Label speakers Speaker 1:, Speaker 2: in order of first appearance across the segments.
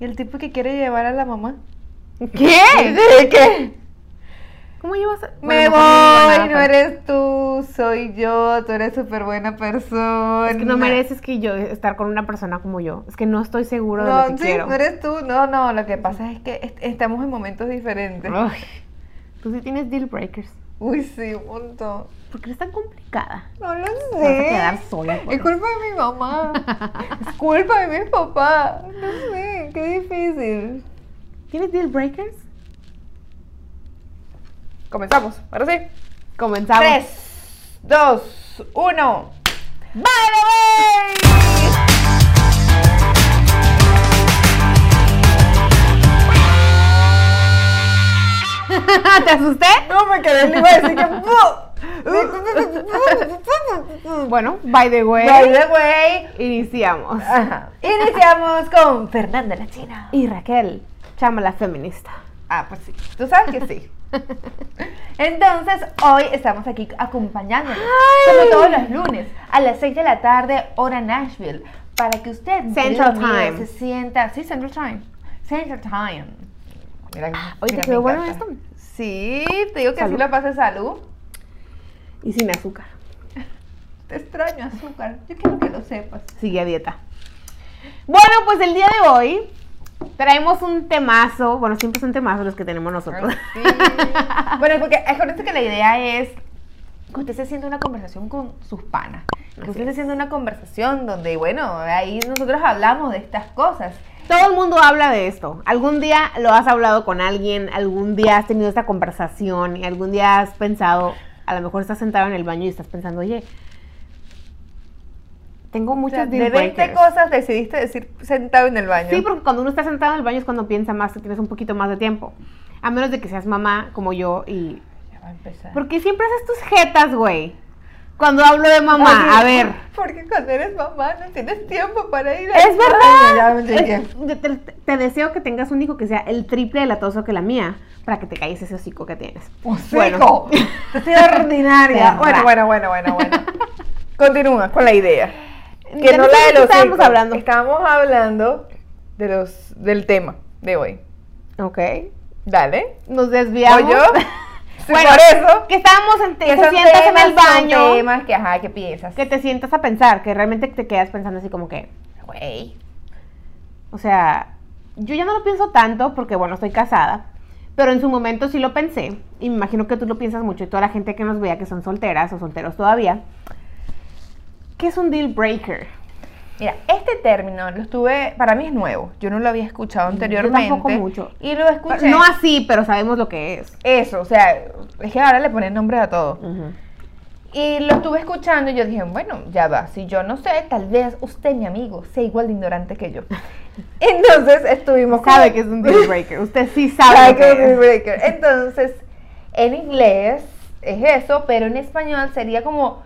Speaker 1: Y el tipo que quiere llevar a la mamá.
Speaker 2: ¿Qué?
Speaker 1: ¿De qué?
Speaker 2: ¿Cómo llevas? a- Bueno,
Speaker 1: Me
Speaker 2: mejor no digo
Speaker 1: voy,
Speaker 2: nada,
Speaker 1: no
Speaker 2: pero-
Speaker 1: eres tú, soy yo, tú eres súper buena persona.
Speaker 2: Es que no mereces que yo estar con una persona como yo. Es que no estoy seguro de
Speaker 1: No,
Speaker 2: lo que
Speaker 1: sí,
Speaker 2: quiero.
Speaker 1: no eres tú. No, no, lo que pasa es que est- estamos en momentos diferentes.
Speaker 2: Ay, tú sí tienes deal breakers.
Speaker 1: Uy, sí, un montón.
Speaker 2: ¿Por qué eres tan complicada?
Speaker 1: No lo sé.
Speaker 2: Te Vas a
Speaker 1: ¿Eh?
Speaker 2: quedar sola. por
Speaker 1: Es culpa de mi mamá. es culpa de mi papá. No sé, qué difícil.
Speaker 2: eso. ¿Tienes deal breakers?
Speaker 1: Comenzamos, ahora sí.
Speaker 2: Comenzamos.
Speaker 1: 3, 2, 1. Ah,
Speaker 2: ¿Te asusté?
Speaker 1: No me quedé, le iba a decir que.
Speaker 2: Bueno, by the way,
Speaker 1: By the Ah. way,
Speaker 2: iniciamos.
Speaker 1: ajá, iniciamos con Fernanda la China.
Speaker 2: Y Raquel, chama la feminista.
Speaker 1: Ah, pues sí, tú sabes que sí. Entonces, hoy estamos aquí acompañándonos,
Speaker 2: ¡Ay!
Speaker 1: como todos los lunes, a las 6 de la tarde, hora Nashville, para que usted,
Speaker 2: Central
Speaker 1: querido amigo,
Speaker 2: Time.
Speaker 1: se sienta. Sí, Central Time. Central Time. Mira,
Speaker 2: oye, ¿te
Speaker 1: mira,
Speaker 2: quedó
Speaker 1: me
Speaker 2: bueno
Speaker 1: encanta.
Speaker 2: esto?
Speaker 1: Sí, te digo que así
Speaker 2: Salud.
Speaker 1: lo pasé salud.
Speaker 2: Y sin azúcar.
Speaker 1: Te extraño, azúcar. Yo quiero que lo sepas.
Speaker 2: Sigue a dieta. Bueno, pues el día de hoy traemos un temazo. Bueno, siempre son temazos los que tenemos nosotros.
Speaker 1: Ah, Sí. bueno, porque acuérdense que la idea es que usted esté haciendo una conversación con sus panas. Que
Speaker 2: Así
Speaker 1: usted esté
Speaker 2: es.
Speaker 1: haciendo una conversación donde, bueno, ahí nosotros hablamos de estas cosas.
Speaker 2: Todo el mundo habla de esto. Algún día lo has hablado con alguien, algún día has tenido esta conversación y algún día has pensado, a lo mejor estás sentado en el baño y estás pensando, oye, tengo
Speaker 1: O sea,
Speaker 2: muchas
Speaker 1: de
Speaker 2: deal
Speaker 1: 20
Speaker 2: breakers".
Speaker 1: cosas decidiste decir sentado en el baño.
Speaker 2: Sí, porque cuando uno está sentado en el baño es cuando piensa más, que tienes un poquito más de tiempo. A menos de que seas mamá como yo y...
Speaker 1: Ya va a empezar.
Speaker 2: ¿Por qué siempre haces tus jetas, güey? Cuando hablo de mamá,
Speaker 1: Así-
Speaker 2: a ver.
Speaker 1: Porque cuando eres mamá no tienes tiempo para ir al
Speaker 2: Es verdad.
Speaker 1: baño. Ya me llegué.
Speaker 2: Es- yo te, te deseo que tengas un hijo que sea el triple de latoso que la mía, para que te calles ese hocico que tienes.
Speaker 1: Hocico. Te estoy ordinaria. Bueno,
Speaker 2: Perra.
Speaker 1: bueno, bueno, bueno, bueno. Continúa con la idea. Que
Speaker 2: Ya
Speaker 1: no
Speaker 2: sé
Speaker 1: la
Speaker 2: de
Speaker 1: de
Speaker 2: qué
Speaker 1: los
Speaker 2: estábamos
Speaker 1: hijos.
Speaker 2: hablando.
Speaker 1: Estábamos hablando de los, del tema de hoy.
Speaker 2: Ok.
Speaker 1: Dale.
Speaker 2: Nos desviamos.
Speaker 1: ¿O yo? Sí,
Speaker 2: Bueno,
Speaker 1: por eso.
Speaker 2: Que estábamos en te,
Speaker 1: Que
Speaker 2: que
Speaker 1: son
Speaker 2: sientas en el
Speaker 1: temas, son
Speaker 2: baño,
Speaker 1: temas que, ajá, que piensas.
Speaker 2: que te sientas a pensar, que realmente te quedas pensando así como que,
Speaker 1: Güey.
Speaker 2: o sea, yo ya no lo pienso tanto porque bueno, estoy casada, pero en su momento sí lo pensé y me imagino que tú lo piensas mucho y toda la gente que nos vea que son solteras o solteros todavía, ¿qué es un deal breaker?
Speaker 1: Mira, este término lo estuve, para mí es nuevo. Yo no lo había escuchado anteriormente.
Speaker 2: mucho.
Speaker 1: Y lo escuché.
Speaker 2: No así, pero sabemos lo que es.
Speaker 1: eso, o sea, es que ahora le ponen nombres a todo. Y lo estuve escuchando y yo dije, bueno, ya va, si yo no sé, tal vez usted, mi amigo, sea igual de ignorante que yo. Entonces estuvimos como-
Speaker 2: Sabe que es un deal breaker. Usted sí sabe,
Speaker 1: Sabe
Speaker 2: lo
Speaker 1: que es
Speaker 2: que es.
Speaker 1: deal breaker. Entonces, en inglés es eso, pero en español sería como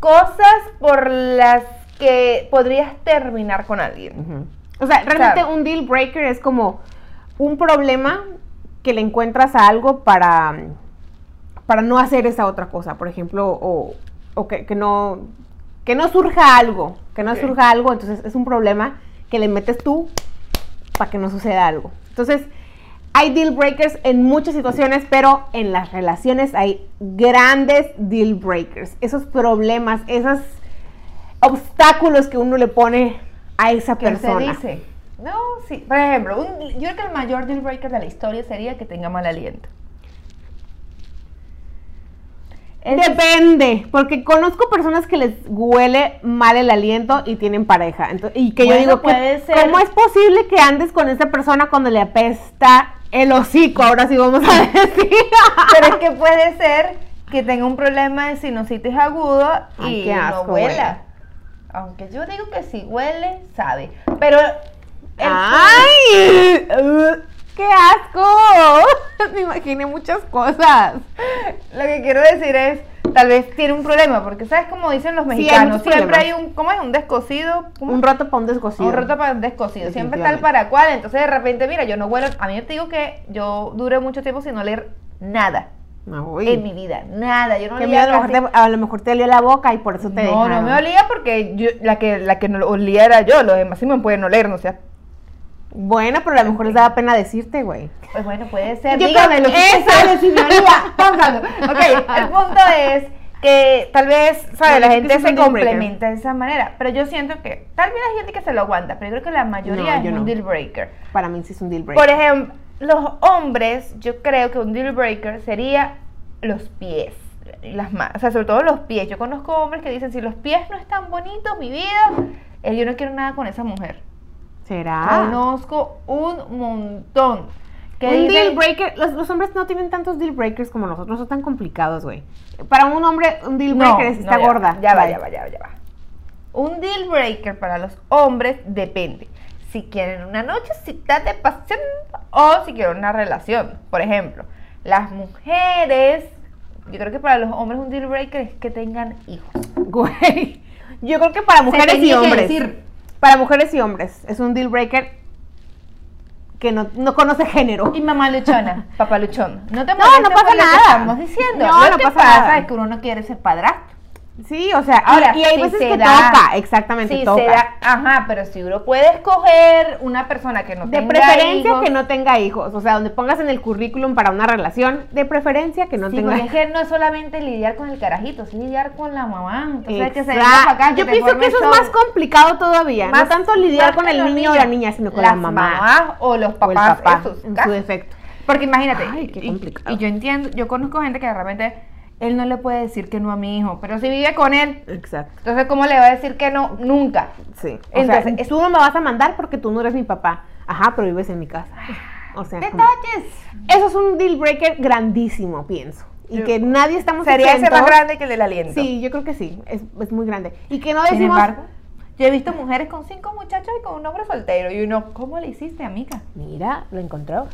Speaker 1: cosas por las que podrías terminar con alguien.
Speaker 2: O sea, realmente
Speaker 1: Claro.
Speaker 2: un deal breaker es como un problema que le encuentras a algo para, para no hacer esa otra cosa, por ejemplo, o, o que, que no que no surja algo, que no
Speaker 1: Ok.
Speaker 2: surja algo, entonces es un problema que le metes tú para que no suceda algo. Entonces, hay deal breakers en muchas situaciones, pero en las relaciones hay grandes deal breakers, esos problemas, esos obstáculos que uno le pone a esa
Speaker 1: ¿Qué se
Speaker 2: persona.
Speaker 1: dice? No, sí. Por ejemplo, un- yo creo que el mayor deal breaker de la historia sería que tenga mal aliento. Eso-
Speaker 2: Depende, porque conozco personas que les huele mal el aliento y tienen pareja. Ento- y que
Speaker 1: Bueno,
Speaker 2: yo digo,
Speaker 1: puede
Speaker 2: que,
Speaker 1: ser.
Speaker 2: ¿cómo es posible que andes con esa persona cuando le apesta el hocico? Ahora sí vamos a decir.
Speaker 1: Pero es que puede ser que tenga un problema de sinusitis agudo
Speaker 2: Ay,
Speaker 1: y
Speaker 2: qué asco,
Speaker 1: no
Speaker 2: güey.
Speaker 1: huela. Aunque yo digo que si huele, sabe. Pero. el-
Speaker 2: ¡Ay! Uh, ¡Qué asco! Me imaginé muchas cosas.
Speaker 1: Lo que quiero decir es, tal vez tiene un problema, porque sabes como dicen los
Speaker 2: hay
Speaker 1: mexicanos,
Speaker 2: muchos
Speaker 1: siempre
Speaker 2: problemas.
Speaker 1: hay un, ¿cómo es? Un descosido. ¿cómo?
Speaker 2: Un roto para un descosido.
Speaker 1: Un roto para un descosido, siempre tal
Speaker 2: Definitivamente.
Speaker 1: para cual, entonces de repente, mira, yo no huelo, a mí te digo que yo duré mucho tiempo sin oler nada
Speaker 2: Uy,
Speaker 1: en mi vida, nada, yo no
Speaker 2: qué
Speaker 1: olía
Speaker 2: miedo, a lo,
Speaker 1: casi-
Speaker 2: mejor te, a lo mejor te olió la boca y por eso te
Speaker 1: No, no
Speaker 2: dejaron.
Speaker 1: me olía porque yo- la que la que no olía era yo, los demás sí me pueden oler, no sea
Speaker 2: Bueno, pero a lo mejor les daba pena decirte, güey.
Speaker 1: Pues bueno, puede ser.
Speaker 2: Yo
Speaker 1: Dígame lo
Speaker 2: creo
Speaker 1: que
Speaker 2: que
Speaker 1: usted
Speaker 2: esa
Speaker 1: sabe,
Speaker 2: es
Speaker 1: señoría. Póngalo. Ok, el punto es que tal vez, ¿sabes?
Speaker 2: No,
Speaker 1: La
Speaker 2: es que
Speaker 1: gente
Speaker 2: es
Speaker 1: se
Speaker 2: un deal breaker.
Speaker 1: complementa de esa manera. Pero yo siento que tal vez hay gente que se lo aguanta, pero yo creo que la mayoría
Speaker 2: No, yo
Speaker 1: es un
Speaker 2: no.
Speaker 1: deal breaker.
Speaker 2: Para mí sí es un deal breaker.
Speaker 1: Por ejemplo, los hombres, yo creo que un deal breaker sería los pies. y Las ma- o sea, sobre todo los pies. Yo conozco hombres que dicen, si los pies no están bonitos, mi vida, eh, yo no quiero nada con esa mujer.
Speaker 2: ¿Será?
Speaker 1: Conozco un montón. que
Speaker 2: Un
Speaker 1: dicen,
Speaker 2: deal breaker. Los, los hombres no tienen tantos deal breakers como nosotros. No son tan complicados, güey. Para un hombre, un deal breaker es está
Speaker 1: ya va,
Speaker 2: gorda.
Speaker 1: Ya va,
Speaker 2: Vale.
Speaker 1: ya va, ya va, ya va. Un deal breaker para los hombres depende. Si quieren una noche, si están de pasión o si quieren una relación. Por ejemplo, las mujeres, yo creo que para los hombres un deal breaker es que tengan hijos.
Speaker 2: Güey. Yo creo que para mujeres y
Speaker 1: tenía que
Speaker 2: hombres.
Speaker 1: decir.
Speaker 2: Para mujeres y hombres. Es un deal breaker que no, no conoce género.
Speaker 1: Y mamá luchona, papá luchón. No te
Speaker 2: No,
Speaker 1: molestes
Speaker 2: no pasa
Speaker 1: por lo que
Speaker 2: nada.
Speaker 1: estamos diciendo.
Speaker 2: No,
Speaker 1: Lo
Speaker 2: no
Speaker 1: que
Speaker 2: pasa nada.
Speaker 1: es que uno no quiere ser padrastro.
Speaker 2: Sí, o sea, y-
Speaker 1: Ahora,
Speaker 2: y, hay
Speaker 1: si
Speaker 2: veces
Speaker 1: se
Speaker 2: que
Speaker 1: da-
Speaker 2: toca, exactamente,
Speaker 1: Sí,
Speaker 2: toca.
Speaker 1: se da- ajá, pero si uno puede escoger una persona que no
Speaker 2: de
Speaker 1: tenga
Speaker 2: preferencia
Speaker 1: hijos,
Speaker 2: que no tenga hijos, o sea, donde pongas en el currículum para una relación, de preferencia que no
Speaker 1: Sí,
Speaker 2: tenga
Speaker 1: porque es
Speaker 2: hijos.
Speaker 1: que no es solamente lidiar con el carajito, es lidiar con la mamá. Entonces hay que se venga
Speaker 2: Exacto.
Speaker 1: pa' acá,
Speaker 2: Yo
Speaker 1: te
Speaker 2: pienso
Speaker 1: forme
Speaker 2: que eso
Speaker 1: show.
Speaker 2: es más complicado todavía.
Speaker 1: Más-
Speaker 2: no tanto
Speaker 1: más
Speaker 2: lidiar con
Speaker 1: que
Speaker 2: el
Speaker 1: los
Speaker 2: niño o
Speaker 1: niños.
Speaker 2: la niña, sino con
Speaker 1: Las
Speaker 2: la mamá.
Speaker 1: mamás o los
Speaker 2: o el
Speaker 1: papás
Speaker 2: papá,
Speaker 1: en sus
Speaker 2: en su
Speaker 1: casos.
Speaker 2: defecto.
Speaker 1: Porque imagínate,
Speaker 2: Ay, qué
Speaker 1: y-
Speaker 2: complicado.
Speaker 1: Y, yo entiendo, yo conozco gente que de repente él no le puede decir que no a mi hijo, pero si vive con él,
Speaker 2: Exacto.
Speaker 1: entonces ¿cómo le va a decir que no nunca?
Speaker 2: Sí. O
Speaker 1: Entonces,
Speaker 2: sea,
Speaker 1: es-
Speaker 2: tú no me vas a mandar porque tú no eres mi papá. Ajá, pero vives en mi casa. O sea, como-
Speaker 1: Detalles.
Speaker 2: eso es un deal breaker grandísimo, pienso. Y
Speaker 1: Yo-
Speaker 2: que nadie estamos
Speaker 1: Sería ese más
Speaker 2: exentos.
Speaker 1: grande que el del aliento.
Speaker 2: Sí, yo creo que sí, es, es muy grande. Y que no
Speaker 1: Sin
Speaker 2: decimos...
Speaker 1: embargo, yo he visto mujeres con cinco muchachos y con un hombre soltero y uno, ¿cómo le hiciste, amiga?
Speaker 2: Mira, lo encontró.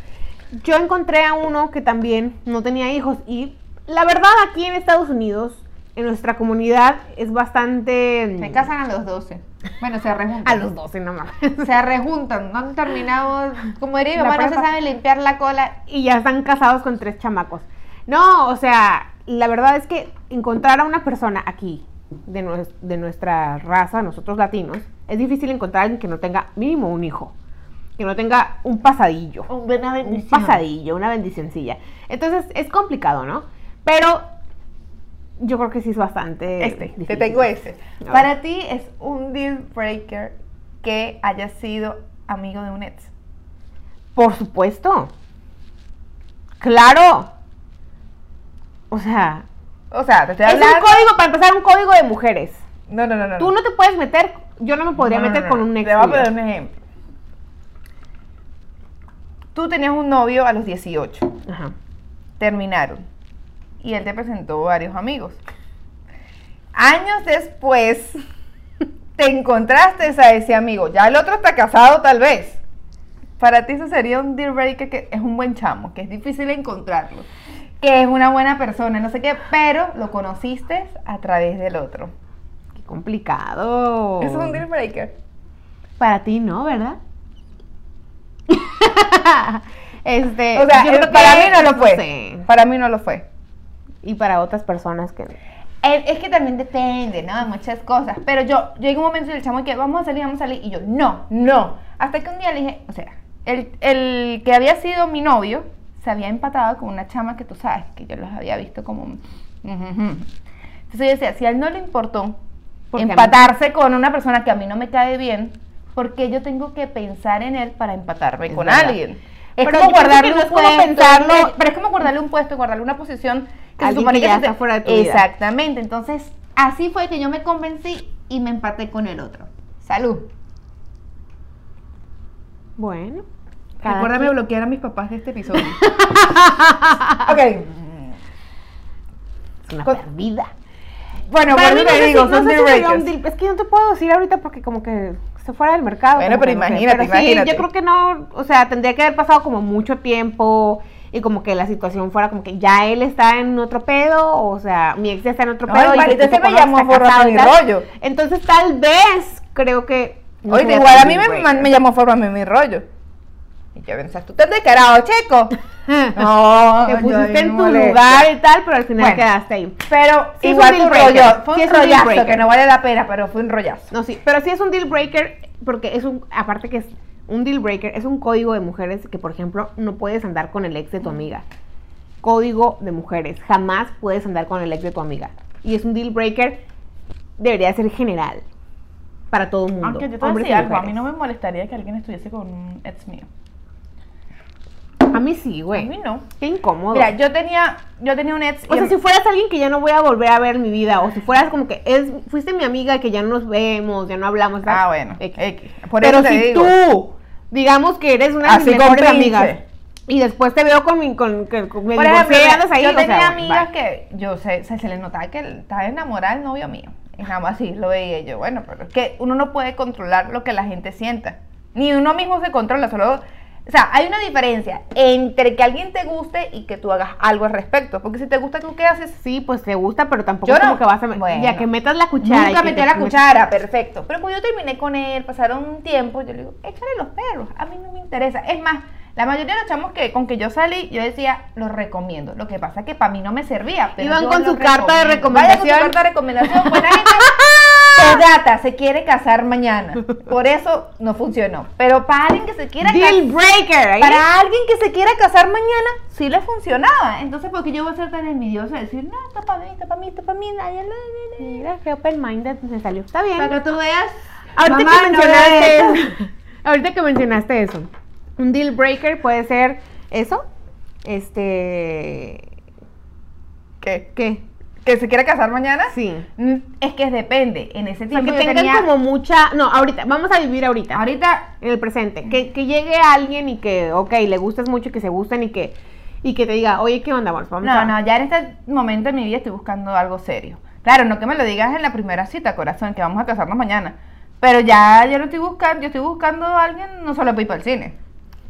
Speaker 2: Yo encontré a uno que también no tenía hijos y la verdad aquí en Estados Unidos, en nuestra comunidad, es bastante...
Speaker 1: Se casan a los 12. Bueno, se rejuntan.
Speaker 2: A los 12 nomás.
Speaker 1: Se rejuntan, no han terminado. Como diría mi
Speaker 2: La
Speaker 1: mamá, no se
Speaker 2: prepa.
Speaker 1: sabe limpiar la cola.
Speaker 2: y ya están casados con tres chamacos. No, o sea, la verdad es que encontrar a una persona aquí de, nues- de nuestra raza, nosotros latinos, es difícil encontrar a alguien que no tenga mínimo un hijo, que no tenga un pasadillo.
Speaker 1: Una
Speaker 2: un pasadillo, una bendicioncilla. Entonces es complicado, ¿no? Pero yo creo que sí es bastante.
Speaker 1: Este, te
Speaker 2: difícil.
Speaker 1: tengo este.
Speaker 2: A ver.
Speaker 1: Para ti es un deal breaker que hayas sido amigo de un ex.
Speaker 2: Por supuesto. Claro. O sea,
Speaker 1: O sea, te estoy
Speaker 2: es
Speaker 1: hablando.
Speaker 2: un código, para empezar, un código de mujeres.
Speaker 1: no, no, no, no.
Speaker 2: Tú no te puedes meter, yo no me podría
Speaker 1: No, no,
Speaker 2: meter
Speaker 1: no,
Speaker 2: con
Speaker 1: no.
Speaker 2: un ex.
Speaker 1: Te voy a
Speaker 2: tuyo.
Speaker 1: poner un ejemplo. Tú tenías un novio a los 18.
Speaker 2: Ajá.
Speaker 1: terminaron y él te presentó varios amigos. Años después te encontraste a ese amigo, ya el otro está casado tal vez. Para ti eso sería un deal breaker que es un buen chamo, que es difícil encontrarlo, que es una buena persona, no sé qué, pero lo conociste a través del otro.
Speaker 2: Qué complicado.
Speaker 1: Eso es un deal breaker.
Speaker 2: Para ti no, ¿verdad? este.
Speaker 1: O sea,
Speaker 2: yo
Speaker 1: eh,
Speaker 2: creo que-
Speaker 1: para mí no lo fue.
Speaker 2: sé.
Speaker 1: Para mí no lo fue.
Speaker 2: Y para otras personas que.
Speaker 1: Eh, Es que también depende, ¿no? De muchas cosas. Pero yo, yo llegué un momento y el chamo que vamos a salir, vamos a salir. Y yo, no, no. Hasta que un día le dije, o sea, el, el que había sido mi novio se había empatado con una chama que tú sabes, que yo los había visto como. un- Entonces yo decía, si a él no le importó
Speaker 2: Porque a mí-
Speaker 1: empatarse con una persona que a mí no me cae bien, ¿por qué yo tengo que pensar en él para empatarme
Speaker 2: Es
Speaker 1: con
Speaker 2: verdad.
Speaker 1: alguien? Es
Speaker 2: Pero
Speaker 1: como
Speaker 2: yo creo que
Speaker 1: guardarle
Speaker 2: no
Speaker 1: un
Speaker 2: es como
Speaker 1: puesto,
Speaker 2: pensarlo-
Speaker 1: un- pero es como guardarle un puesto, guardarle una posición que se
Speaker 2: Alguien
Speaker 1: supone
Speaker 2: que
Speaker 1: que
Speaker 2: ya
Speaker 1: se te-
Speaker 2: está fuera de tu vida.
Speaker 1: Exactamente. Entonces, así fue que yo me convencí y me empaté con el otro. Salud.
Speaker 2: Bueno. cada
Speaker 1: Recuérdame
Speaker 2: quien.
Speaker 1: bloquear a mis papás de este episodio. ok.
Speaker 2: Es una
Speaker 1: Con-
Speaker 2: perdida.
Speaker 1: Bueno,
Speaker 2: Para
Speaker 1: por
Speaker 2: mí
Speaker 1: eso
Speaker 2: no
Speaker 1: te
Speaker 2: sé
Speaker 1: digo,
Speaker 2: si- no
Speaker 1: son
Speaker 2: sé si
Speaker 1: deal
Speaker 2: sería un
Speaker 1: breakers.
Speaker 2: deal- Es que no te puedo decir ahorita porque como que se fuera del mercado.
Speaker 1: Bueno,
Speaker 2: como
Speaker 1: pero
Speaker 2: que no sé.
Speaker 1: imagínate,
Speaker 2: Pero sí,
Speaker 1: imagínate.
Speaker 2: yo creo que no, o sea, tendría que haber pasado como mucho tiempo y como que la situación fuera como que ya él está en otro pedo, o sea, mi ex ya está en otro
Speaker 1: No,
Speaker 2: pedo.
Speaker 1: el
Speaker 2: y
Speaker 1: maldito
Speaker 2: tipo
Speaker 1: se me
Speaker 2: conoce,
Speaker 1: llamó
Speaker 2: está
Speaker 1: forro a
Speaker 2: casado y
Speaker 1: mi
Speaker 2: tal.
Speaker 1: rollo.
Speaker 2: Entonces tal vez creo que... no
Speaker 1: Oye,
Speaker 2: sería
Speaker 1: igual a
Speaker 2: tan
Speaker 1: mí me,
Speaker 2: deal breaker.
Speaker 1: me llamó forma mi rollo. Y yo pensás, tú te has descarado, checo. no,
Speaker 2: Te
Speaker 1: yo
Speaker 2: pusiste
Speaker 1: ahí
Speaker 2: en tu
Speaker 1: molesta.
Speaker 2: lugar y tal, pero al final
Speaker 1: Bueno.
Speaker 2: quedaste ahí.
Speaker 1: Pero
Speaker 2: Sí es
Speaker 1: igual
Speaker 2: un
Speaker 1: fue un
Speaker 2: deal breaker.
Speaker 1: rollo, fue
Speaker 2: Sí
Speaker 1: un
Speaker 2: es un deal
Speaker 1: rollazo,
Speaker 2: breaker.
Speaker 1: que no vale la pena, pero fue un rollazo.
Speaker 2: No, sí, pero sí es un deal breaker porque es un, aparte que es Un deal breaker es un código de mujeres que, por ejemplo, no puedes andar con el ex de tu amiga. Código de mujeres. Jamás puedes andar con el ex de tu amiga. Y es un deal breaker, debería ser general. Para todo el mundo.
Speaker 3: Aunque yo te voy a
Speaker 2: hombres y
Speaker 3: decir algo, a mí
Speaker 2: mujeres.
Speaker 3: no me molestaría que alguien estuviese con un ex mío.
Speaker 2: A mí sí, güey.
Speaker 3: A mí no.
Speaker 2: Qué incómodo.
Speaker 1: Mira, yo tenía, yo tenía un ex.
Speaker 2: o
Speaker 1: y
Speaker 2: sea,
Speaker 1: em-
Speaker 2: si fueras alguien que ya no voy a volver a ver en mi vida, o si fueras como que es, fuiste mi amiga que ya no nos vemos, ya no hablamos. ¿sabes?
Speaker 1: Ah, bueno.
Speaker 2: X.
Speaker 1: X. Por
Speaker 2: Pero
Speaker 1: eso te
Speaker 2: si
Speaker 1: digo.
Speaker 2: tú, digamos que eres una de mis
Speaker 1: Así con
Speaker 2: mejores
Speaker 1: pinche.
Speaker 2: amigas, y después te veo con mi, con, que- con- me
Speaker 1: Por ejemplo,
Speaker 2: divorcié, andas ahí,
Speaker 1: yo
Speaker 2: o sea,
Speaker 1: tenía
Speaker 2: bueno,
Speaker 1: amigas
Speaker 2: bye.
Speaker 1: que yo sé, se, se le notaba que él estaba enamorada del novio mío. Y nada más así lo veía yo. Bueno, pero es que uno no puede controlar lo que la gente sienta. Ni uno mismo se controla, solo. O sea, hay una diferencia entre que alguien te guste y que tú hagas algo al respecto. Porque si te gusta, ¿tú qué haces?
Speaker 2: Sí, pues te gusta, pero tampoco
Speaker 1: Yo
Speaker 2: es como
Speaker 1: no-
Speaker 2: que vas a... me-
Speaker 1: bueno.
Speaker 2: ya que metas la cuchara. y
Speaker 1: Nunca
Speaker 2: que
Speaker 1: metí
Speaker 2: te-
Speaker 1: la cuchara, perfecto. Pero cuando yo terminé con él, pasaron un tiempo, yo le digo, échale los perros, a mí no me interesa. Es más, la mayoría de los chamos que con que yo salí, yo decía, los recomiendo. Lo que pasa es que para mí no me servía. Pero
Speaker 2: Iban
Speaker 1: yo
Speaker 2: con
Speaker 1: los
Speaker 2: su carta de
Speaker 1: recomiendo. Vaya con su
Speaker 2: recomendación.
Speaker 1: carta de recomendación. Buena gente. Pegata, se quiere casar mañana. Por eso no funcionó. Pero para alguien que se quiera
Speaker 2: Deal
Speaker 1: casar.
Speaker 2: breaker. ¿eh?
Speaker 1: Para alguien que se quiera casar mañana, sí le funcionaba. Entonces, ¿por qué yo voy a ser tan envidiosa de decir, no, está para mí, está para mí, está para mí? nadie lo-
Speaker 2: Mira, qué open-minded me salió. Está bien.
Speaker 1: para que tú veas.
Speaker 2: Ahorita
Speaker 1: Mamá,
Speaker 2: que
Speaker 1: no
Speaker 2: mencionaste
Speaker 1: veas
Speaker 2: eso, ahorita que mencionaste eso, un deal breaker puede ser eso, este,
Speaker 1: ¿Qué?
Speaker 2: ¿qué?
Speaker 1: ¿Que se quiera casar mañana?
Speaker 2: Sí.
Speaker 1: Mm, Es que depende. En ese
Speaker 2: O sea,
Speaker 1: tiempo
Speaker 2: que
Speaker 1: yo
Speaker 2: tengan
Speaker 1: tenía-
Speaker 2: como mucha, no, ahorita, vamos a vivir ahorita,
Speaker 1: Ahorita,
Speaker 2: en el presente, que, que llegue alguien y que, ok, le gustes mucho, y que se gusten y que, y que te diga, oye, ¿qué onda, amor? Vamos
Speaker 1: no,
Speaker 2: a-
Speaker 1: no, ya en este momento de mi vida estoy buscando algo serio. Claro, no que me lo digas en la primera cita, corazón, que vamos a casarnos mañana. Pero ya yo lo estoy buscando, yo estoy buscando a alguien, no solo para ir para el cine.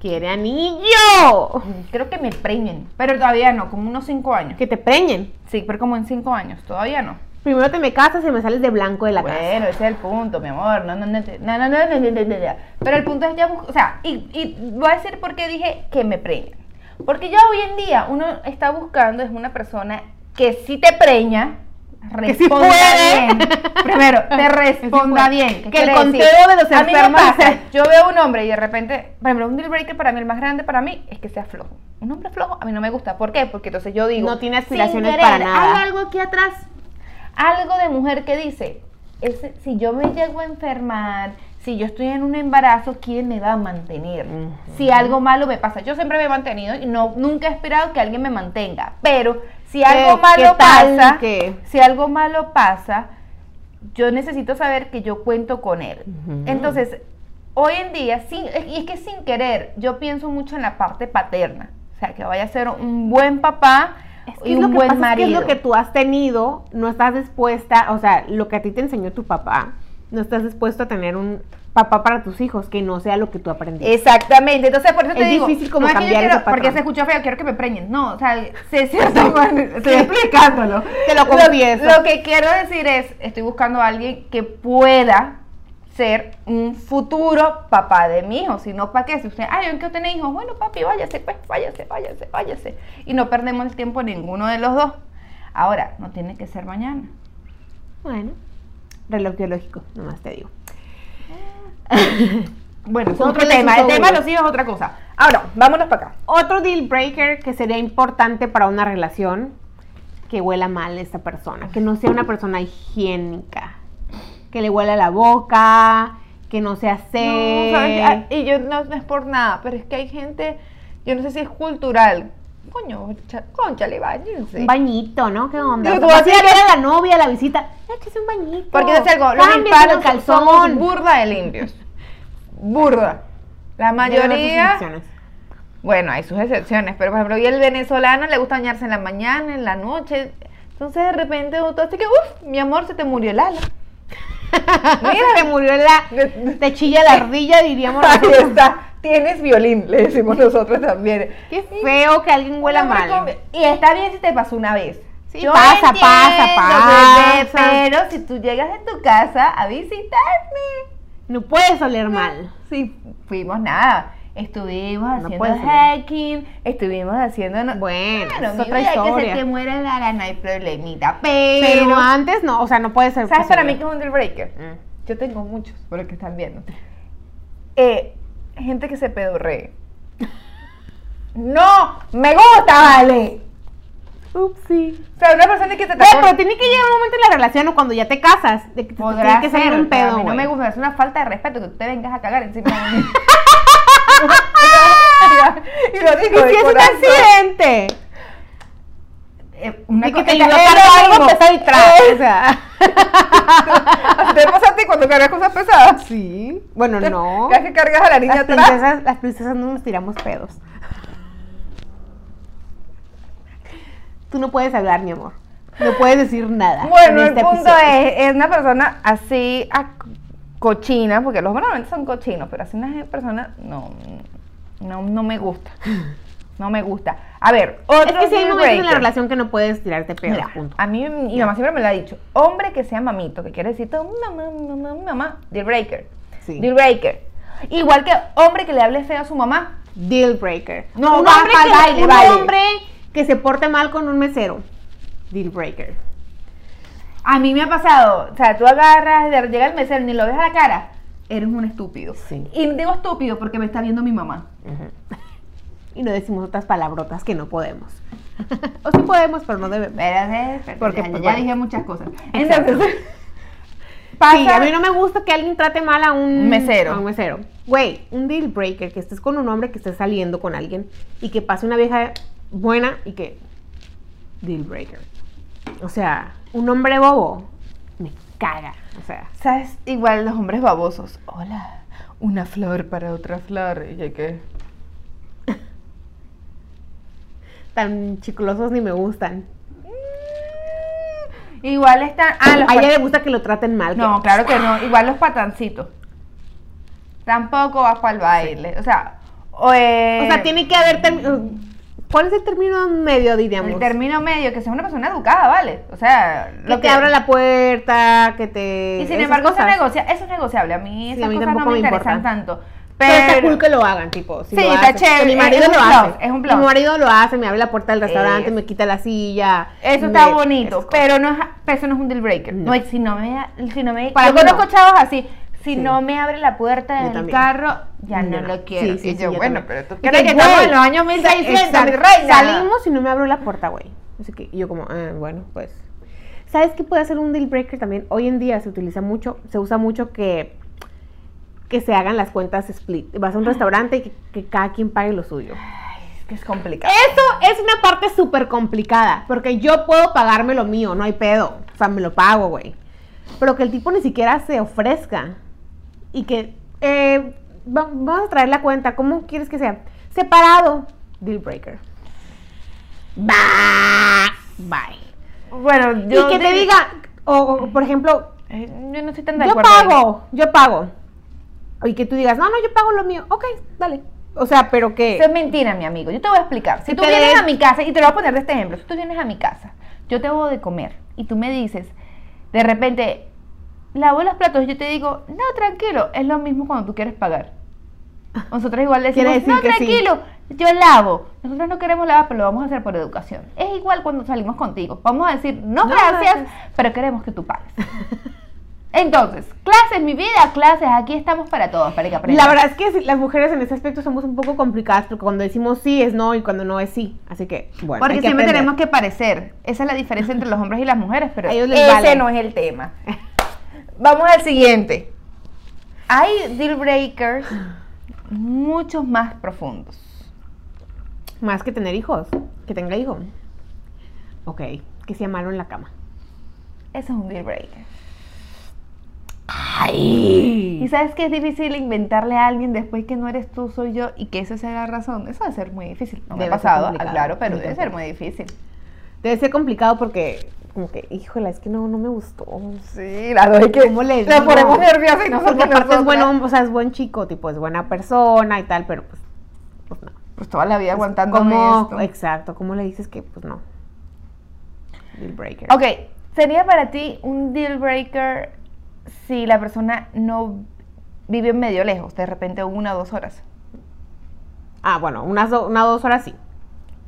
Speaker 2: quiere anillo,
Speaker 1: Creo que me preñen, pero todavía no, como unos 5 años.
Speaker 2: que te preñen.
Speaker 1: Sí, pero como en 5 años, todavía no.
Speaker 2: Primero te me casas y me sales de blanco de la casa.
Speaker 1: Bueno, ese es el punto, mi amor. No, no, no, te- no, no, no, no, no, no, no, no. Pero el punto es ya busco, o sea, y, y voy a decir por qué dije que me preñan. Porque ya hoy en día uno está buscando es una persona que sí te preña,
Speaker 2: Que sí
Speaker 1: responda
Speaker 2: puede.
Speaker 1: bien. Primero, te responda
Speaker 2: puede.
Speaker 1: bien. ¿Qué
Speaker 2: Que el
Speaker 1: quiere
Speaker 2: conteo de los
Speaker 1: A mí me
Speaker 2: enfermos
Speaker 1: pasa,
Speaker 2: sea-
Speaker 1: Yo veo un hombre y de repente, por ejemplo, un deal breaker para mí, el más grande para mí, es que sea flojo. Un hombre flojo a mí no me gusta. ¿Por qué? Porque entonces yo digo.
Speaker 2: No tiene
Speaker 1: sin
Speaker 2: aspiraciones para nada.
Speaker 1: Hay algo aquí atrás algo de mujer que dice, "Ese- si yo me llego a enfermar, si yo estoy en un embarazo, ¿quién me va a mantener?
Speaker 2: Ujú.
Speaker 1: Si algo malo me pasa, yo siempre me he mantenido y no, nunca he esperado que alguien me mantenga, pero si algo
Speaker 2: ¿Qué-
Speaker 1: malo
Speaker 2: qué tal
Speaker 1: pasa,
Speaker 2: que-
Speaker 1: si algo malo pasa, yo necesito saber que yo cuento con él.
Speaker 2: Ujú.
Speaker 1: Entonces, hoy en día, sin- y es que sin querer, yo pienso mucho en la parte paterna, o sea, que vaya a ser un buen papá
Speaker 2: Es que
Speaker 1: y
Speaker 2: es lo
Speaker 1: un
Speaker 2: que
Speaker 1: buen
Speaker 2: pasa es que
Speaker 1: marido.
Speaker 2: es lo que tú has tenido, no estás dispuesta, o sea, lo que a ti te enseñó tu papá, no estás dispuesto a tener un papá para tus hijos que no sea lo que tú aprendiste.
Speaker 1: Exactamente, entonces por eso
Speaker 2: Es
Speaker 1: te digo,
Speaker 2: difícil
Speaker 1: no
Speaker 2: como
Speaker 1: es que yo
Speaker 2: cambiar
Speaker 1: quiero-
Speaker 2: ese patrón.
Speaker 1: porque se escucha feo, quiero que me preñen, no, o sea, se, se- estoy explicándolo,
Speaker 2: Te lo confieso.
Speaker 1: Lo, que quiero decir es, estoy buscando a alguien que pueda ser un futuro papá de mi hijo, si no, ¿para qué? Si usted, ay, yo quiero tener hijos, bueno papi, váyase, pues, váyase, váyase, váyase, y no perdemos el tiempo ninguno de los dos. Ahora, no tiene que ser mañana. Eh.
Speaker 2: Bueno, reloj biológico, nomás te digo.
Speaker 1: Bueno, es
Speaker 2: Son
Speaker 1: otro
Speaker 2: tres
Speaker 1: tema, el tema de
Speaker 2: inseguros.
Speaker 1: los hijos es otra cosa. Ahora, vámonos para acá.
Speaker 2: Otro deal breaker que sería importante para una relación, que huela mal esta persona, que no sea una persona higiénica, que le huela la boca, que no sea
Speaker 1: No,
Speaker 2: sed.
Speaker 1: ¿sabes qué? Ah, Y yo no, no es por nada, pero es que hay gente, yo no sé si es cultural. Coño, cha- cónchale, váyanse.
Speaker 2: Un bañito, ¿no? ¿Qué onda?
Speaker 1: Digo,
Speaker 2: O sea,
Speaker 1: tú
Speaker 2: vas a ir a ver a la novia, a la visita. Échese un bañito.
Speaker 1: Porque no sé algo, los
Speaker 2: Cámbiese
Speaker 1: hispanos
Speaker 2: el
Speaker 1: somos
Speaker 2: calzón.
Speaker 1: burda de limpios. Burda. La mayoría. Bueno, hay sus excepciones, pero por ejemplo, y el venezolano le gusta bañarse en la mañana, en la noche. Entonces de repente tú así que, uff, mi amor, se te murió el ala.
Speaker 2: Mira, se murió la. Te chilla la ardilla, diríamos.
Speaker 1: Ahí
Speaker 2: nosotros.
Speaker 1: está. Tienes violín, le decimos nosotros también.
Speaker 2: Qué feo que alguien huela
Speaker 1: Hombre
Speaker 2: mal.
Speaker 1: con- Y está bien si te pasó una vez.
Speaker 2: Sí,
Speaker 1: pues,
Speaker 2: pasa, pasa,
Speaker 1: bebé,
Speaker 2: pasa.
Speaker 1: pero si tú llegas de tu casa a visitarme.
Speaker 2: No puedes oler mal.
Speaker 1: Sí, fuimos nada. Estuvimos haciendo
Speaker 2: puede ser.
Speaker 1: hacking, estuvimos haciendo. no-
Speaker 2: Bueno,
Speaker 1: Claro,
Speaker 2: es
Speaker 1: mi
Speaker 2: otra
Speaker 1: vida, que
Speaker 2: historia.
Speaker 1: se te muera la ala, no hay problemita. Pero.
Speaker 2: Pero, antes no, o sea, no puede ser.
Speaker 1: ¿Sabes para mí que
Speaker 2: posible.
Speaker 1: es un deal breaker?
Speaker 2: Mm.
Speaker 1: Yo tengo muchos, por lo que están viendo. Eh, gente que se pedorree. No, me gusta, vale.
Speaker 2: Upsi.
Speaker 1: O sea, una persona que te
Speaker 2: Güey, pero tiene que llegar un momento en la relación o cuando ya te casas, de que te tiene
Speaker 1: Podrá
Speaker 2: que
Speaker 1: ser,
Speaker 2: salir un
Speaker 1: pero
Speaker 2: pedo.
Speaker 1: A mí no
Speaker 2: güey.
Speaker 1: me gusta, es una falta de respeto que tú te vengas a cagar encima de mí. y lo
Speaker 2: Y
Speaker 1: digo de
Speaker 2: si es un
Speaker 1: corazón.
Speaker 2: accidente.
Speaker 1: Eh, una
Speaker 2: Y que
Speaker 1: cosa-
Speaker 2: te
Speaker 1: y no
Speaker 2: llegue
Speaker 1: cargo
Speaker 2: algo pesado y tra-
Speaker 1: Eh,
Speaker 2: o sea.
Speaker 1: ¿Te pasa a ti cuando cargas cosas pesadas?
Speaker 2: Sí. Bueno,
Speaker 1: Te-
Speaker 2: no.
Speaker 1: Cada vez que cargas a la niña
Speaker 2: Las
Speaker 1: atrás.
Speaker 2: princesas, las princesas no nos tiramos pedos. Tú no puedes hablar, mi amor. No puedes decir nada.
Speaker 1: Bueno,
Speaker 2: en
Speaker 1: el
Speaker 2: este
Speaker 1: punto
Speaker 2: episodio.
Speaker 1: es, es una persona así a- cochina, porque los hombres normalmente son cochinos, pero así una persona no, no, no me gusta. No me gusta. A ver,
Speaker 2: Es
Speaker 1: otro
Speaker 2: que si hay
Speaker 1: deal
Speaker 2: momentos en la
Speaker 1: breaker.
Speaker 2: relación que no puedes tirarte pedos.
Speaker 1: Mira,
Speaker 2: punto.
Speaker 1: a mí mi mamá siempre me lo ha dicho. Hombre que sea mamito, que quiere decir todo, mamá, mamá, mamá, deal breaker.
Speaker 2: Sí.
Speaker 1: Deal breaker. Igual que hombre que le hable feo a su mamá.
Speaker 2: Deal breaker.
Speaker 1: No,
Speaker 2: un
Speaker 1: va
Speaker 2: hombre,
Speaker 1: pa'l
Speaker 2: que,
Speaker 1: baile,
Speaker 2: un
Speaker 1: vale.
Speaker 2: hombre que se porte mal con un mesero. Deal breaker.
Speaker 1: A mí me ha pasado, o sea, tú agarras, de- llega el mesero, ni lo ves a la cara, eres un estúpido.
Speaker 2: Sí.
Speaker 1: Y digo estúpido porque me está viendo mi mamá.
Speaker 2: Y no decimos otras palabrotas que no podemos. o sí podemos, pero no debemos.
Speaker 1: Espérate, espérate,
Speaker 2: Porque,
Speaker 1: ya,
Speaker 2: pues,
Speaker 1: ya
Speaker 2: bueno.
Speaker 1: dije muchas cosas.
Speaker 2: Exacto.
Speaker 1: Entonces, pasa,
Speaker 2: Sí, a mí no me gusta que alguien trate mal a un
Speaker 1: Un mesero.
Speaker 2: A un mesero. Güey, un deal breaker, que estés con un hombre que estés saliendo con alguien y que pase una vieja buena y que. Deal breaker. O sea, un hombre bobo me caga. O sea,
Speaker 1: ¿Sabes? Igual los hombres babosos. Hola, una flor para otra flor. ¿Y qué?
Speaker 2: tan chiclosos ni me gustan.
Speaker 1: Igual están. Ah, los
Speaker 2: a ella
Speaker 1: pat-
Speaker 2: le gusta que lo traten mal.
Speaker 1: No,
Speaker 2: que-
Speaker 1: claro que no. Igual los patancitos. Tampoco vas para el baile. O sea, o, eh,
Speaker 2: O sea, tiene que haber. term- ¿Cuál es el término medio, diríamos?
Speaker 1: el término medio, que sea una persona educada, ¿vale? O sea,
Speaker 2: que te abra la puerta, que te.
Speaker 1: Y sin
Speaker 2: esas
Speaker 1: embargo, eso es,
Speaker 2: cosas.
Speaker 1: negocia- eso es negociable. A mí
Speaker 2: Sí,
Speaker 1: esas
Speaker 2: a mí
Speaker 1: cosas no
Speaker 2: tampoco
Speaker 1: me
Speaker 2: me
Speaker 1: interesan
Speaker 2: importa.
Speaker 1: tanto.
Speaker 2: Pero, está
Speaker 1: Pero.
Speaker 2: cool que lo hagan, tipo. si
Speaker 1: Sí,
Speaker 2: lo
Speaker 1: está
Speaker 2: hacen.
Speaker 1: chévere,
Speaker 2: Que Mi
Speaker 1: es-
Speaker 2: marido
Speaker 1: es un
Speaker 2: lo
Speaker 1: plus,
Speaker 2: hace.
Speaker 1: es un plus.
Speaker 2: Mi marido lo hace, me abre la puerta del restaurante,
Speaker 1: Es-
Speaker 2: me quita la silla.
Speaker 1: Eso
Speaker 2: me-
Speaker 1: está
Speaker 2: esas
Speaker 1: bonito,
Speaker 2: cosas.
Speaker 1: pero no es, pero eso no es un deal breaker.
Speaker 2: No.
Speaker 1: No, es- si no me, si no me,
Speaker 2: Para
Speaker 1: yo
Speaker 2: mí no.
Speaker 1: conozco chavos así. Si
Speaker 2: Sí.
Speaker 1: no me abre la puerta
Speaker 2: Yo
Speaker 1: del
Speaker 2: también.
Speaker 1: carro, ya no,
Speaker 2: No.
Speaker 1: lo quiero.
Speaker 2: Sí, sí,
Speaker 1: y
Speaker 2: sí,
Speaker 1: yo,
Speaker 2: yo
Speaker 1: bueno,
Speaker 2: también.
Speaker 1: pero tú
Speaker 2: Y
Speaker 1: crees
Speaker 2: que,
Speaker 1: que estamos
Speaker 2: güey,
Speaker 1: en los años 1600, mi
Speaker 2: exacto.
Speaker 1: reina.
Speaker 2: Salimos y no me abrió la puerta, güey. Así que yo como, ah, bueno, pues. ¿Sabes qué puede ser un deal breaker también? Hoy en día se utiliza mucho, se usa mucho que que se hagan las cuentas split. Vas a un restaurante y que, que cada quien pague lo suyo.
Speaker 1: Es que es complicado.
Speaker 2: Eso es una parte súper complicada, porque yo puedo pagarme lo mío, no hay pedo. O sea, me lo pago, güey. Pero que el tipo ni siquiera se ofrezca y que, eh, va- vamos a traer la cuenta, ¿cómo quieres que sea? Separado, deal breaker. Bye. Bye.
Speaker 1: Bueno,
Speaker 2: y que te
Speaker 1: dir-
Speaker 2: diga, o, o, por ejemplo,
Speaker 1: Eh, Yo no estoy tan de
Speaker 2: yo
Speaker 1: acuerdo. ahí.
Speaker 2: pago, yo pago. Y que tú digas, no, no, yo pago lo mío. Ok, dale. O sea, pero que...
Speaker 1: Eso es mentira, mi amigo. Yo te voy a explicar. Si
Speaker 2: Que
Speaker 1: tú
Speaker 2: te
Speaker 1: vienes
Speaker 2: den-
Speaker 1: a mi casa, y te lo voy a poner de este ejemplo, si tú vienes a mi casa, yo te voy de comer y tú me dices, de repente, lavo los platos, y yo te digo, no, tranquilo, es lo mismo cuando tú quieres pagar. Nosotros igual decimos,
Speaker 2: Quiere decir
Speaker 1: no,
Speaker 2: que sí.
Speaker 1: tranquilo, yo lavo. Nosotros no queremos lavar, pero lo vamos a hacer por educación. Es igual cuando salimos contigo. Vamos a decir, no,
Speaker 2: No,
Speaker 1: gracias,
Speaker 2: gracias.
Speaker 1: pero queremos que tú pagues. Entonces, clases, mi vida, clases, aquí estamos para todos, para que aprendan.
Speaker 2: La verdad es que sí, las mujeres en ese aspecto somos un poco complicadas porque cuando decimos sí es no y cuando no es sí. Así que, bueno.
Speaker 1: Porque
Speaker 2: hay que
Speaker 1: siempre
Speaker 2: aprender.
Speaker 1: tenemos que parecer. Esa es la diferencia entre los hombres y las mujeres, pero
Speaker 2: A ellos les
Speaker 1: ese
Speaker 2: vale.
Speaker 1: no es el tema. Vamos al siguiente. Hay deal breakers muchos más profundos.
Speaker 2: Más que tener hijos. Que tenga hijo. Ok. Que sea malo en la cama.
Speaker 1: Eso es un deal breaker. Y
Speaker 2: ¡Ay!
Speaker 1: sabes que es difícil inventarle a alguien después que no eres tú, soy yo, y que esa sea la razón. Eso debe ser muy difícil. No me
Speaker 2: Debe
Speaker 1: ha
Speaker 2: ser
Speaker 1: pasado, ah,
Speaker 2: complicado.
Speaker 1: claro, pero
Speaker 2: Sí,
Speaker 1: debe ser muy difícil.
Speaker 2: Debe ser complicado porque, como que, híjola, es que no, no me gustó.
Speaker 1: Sí, la doy que
Speaker 2: ¿Cómo le digo?
Speaker 1: nerviosa y
Speaker 2: Porque aparte es bueno, o sea, es buen chico, tipo, es buena persona y tal, pero pues, pues no.
Speaker 1: Pues toda la vida aguantando
Speaker 2: ¿Cómo-
Speaker 1: esto.
Speaker 2: Exacto, ¿cómo le dices que, pues no? Deal breaker.
Speaker 1: Ok, ¿sería para ti un deal breaker si la persona no vive medio lejos, de repente una o dos horas?
Speaker 2: Ah, bueno, unas do- una o dos horas sí.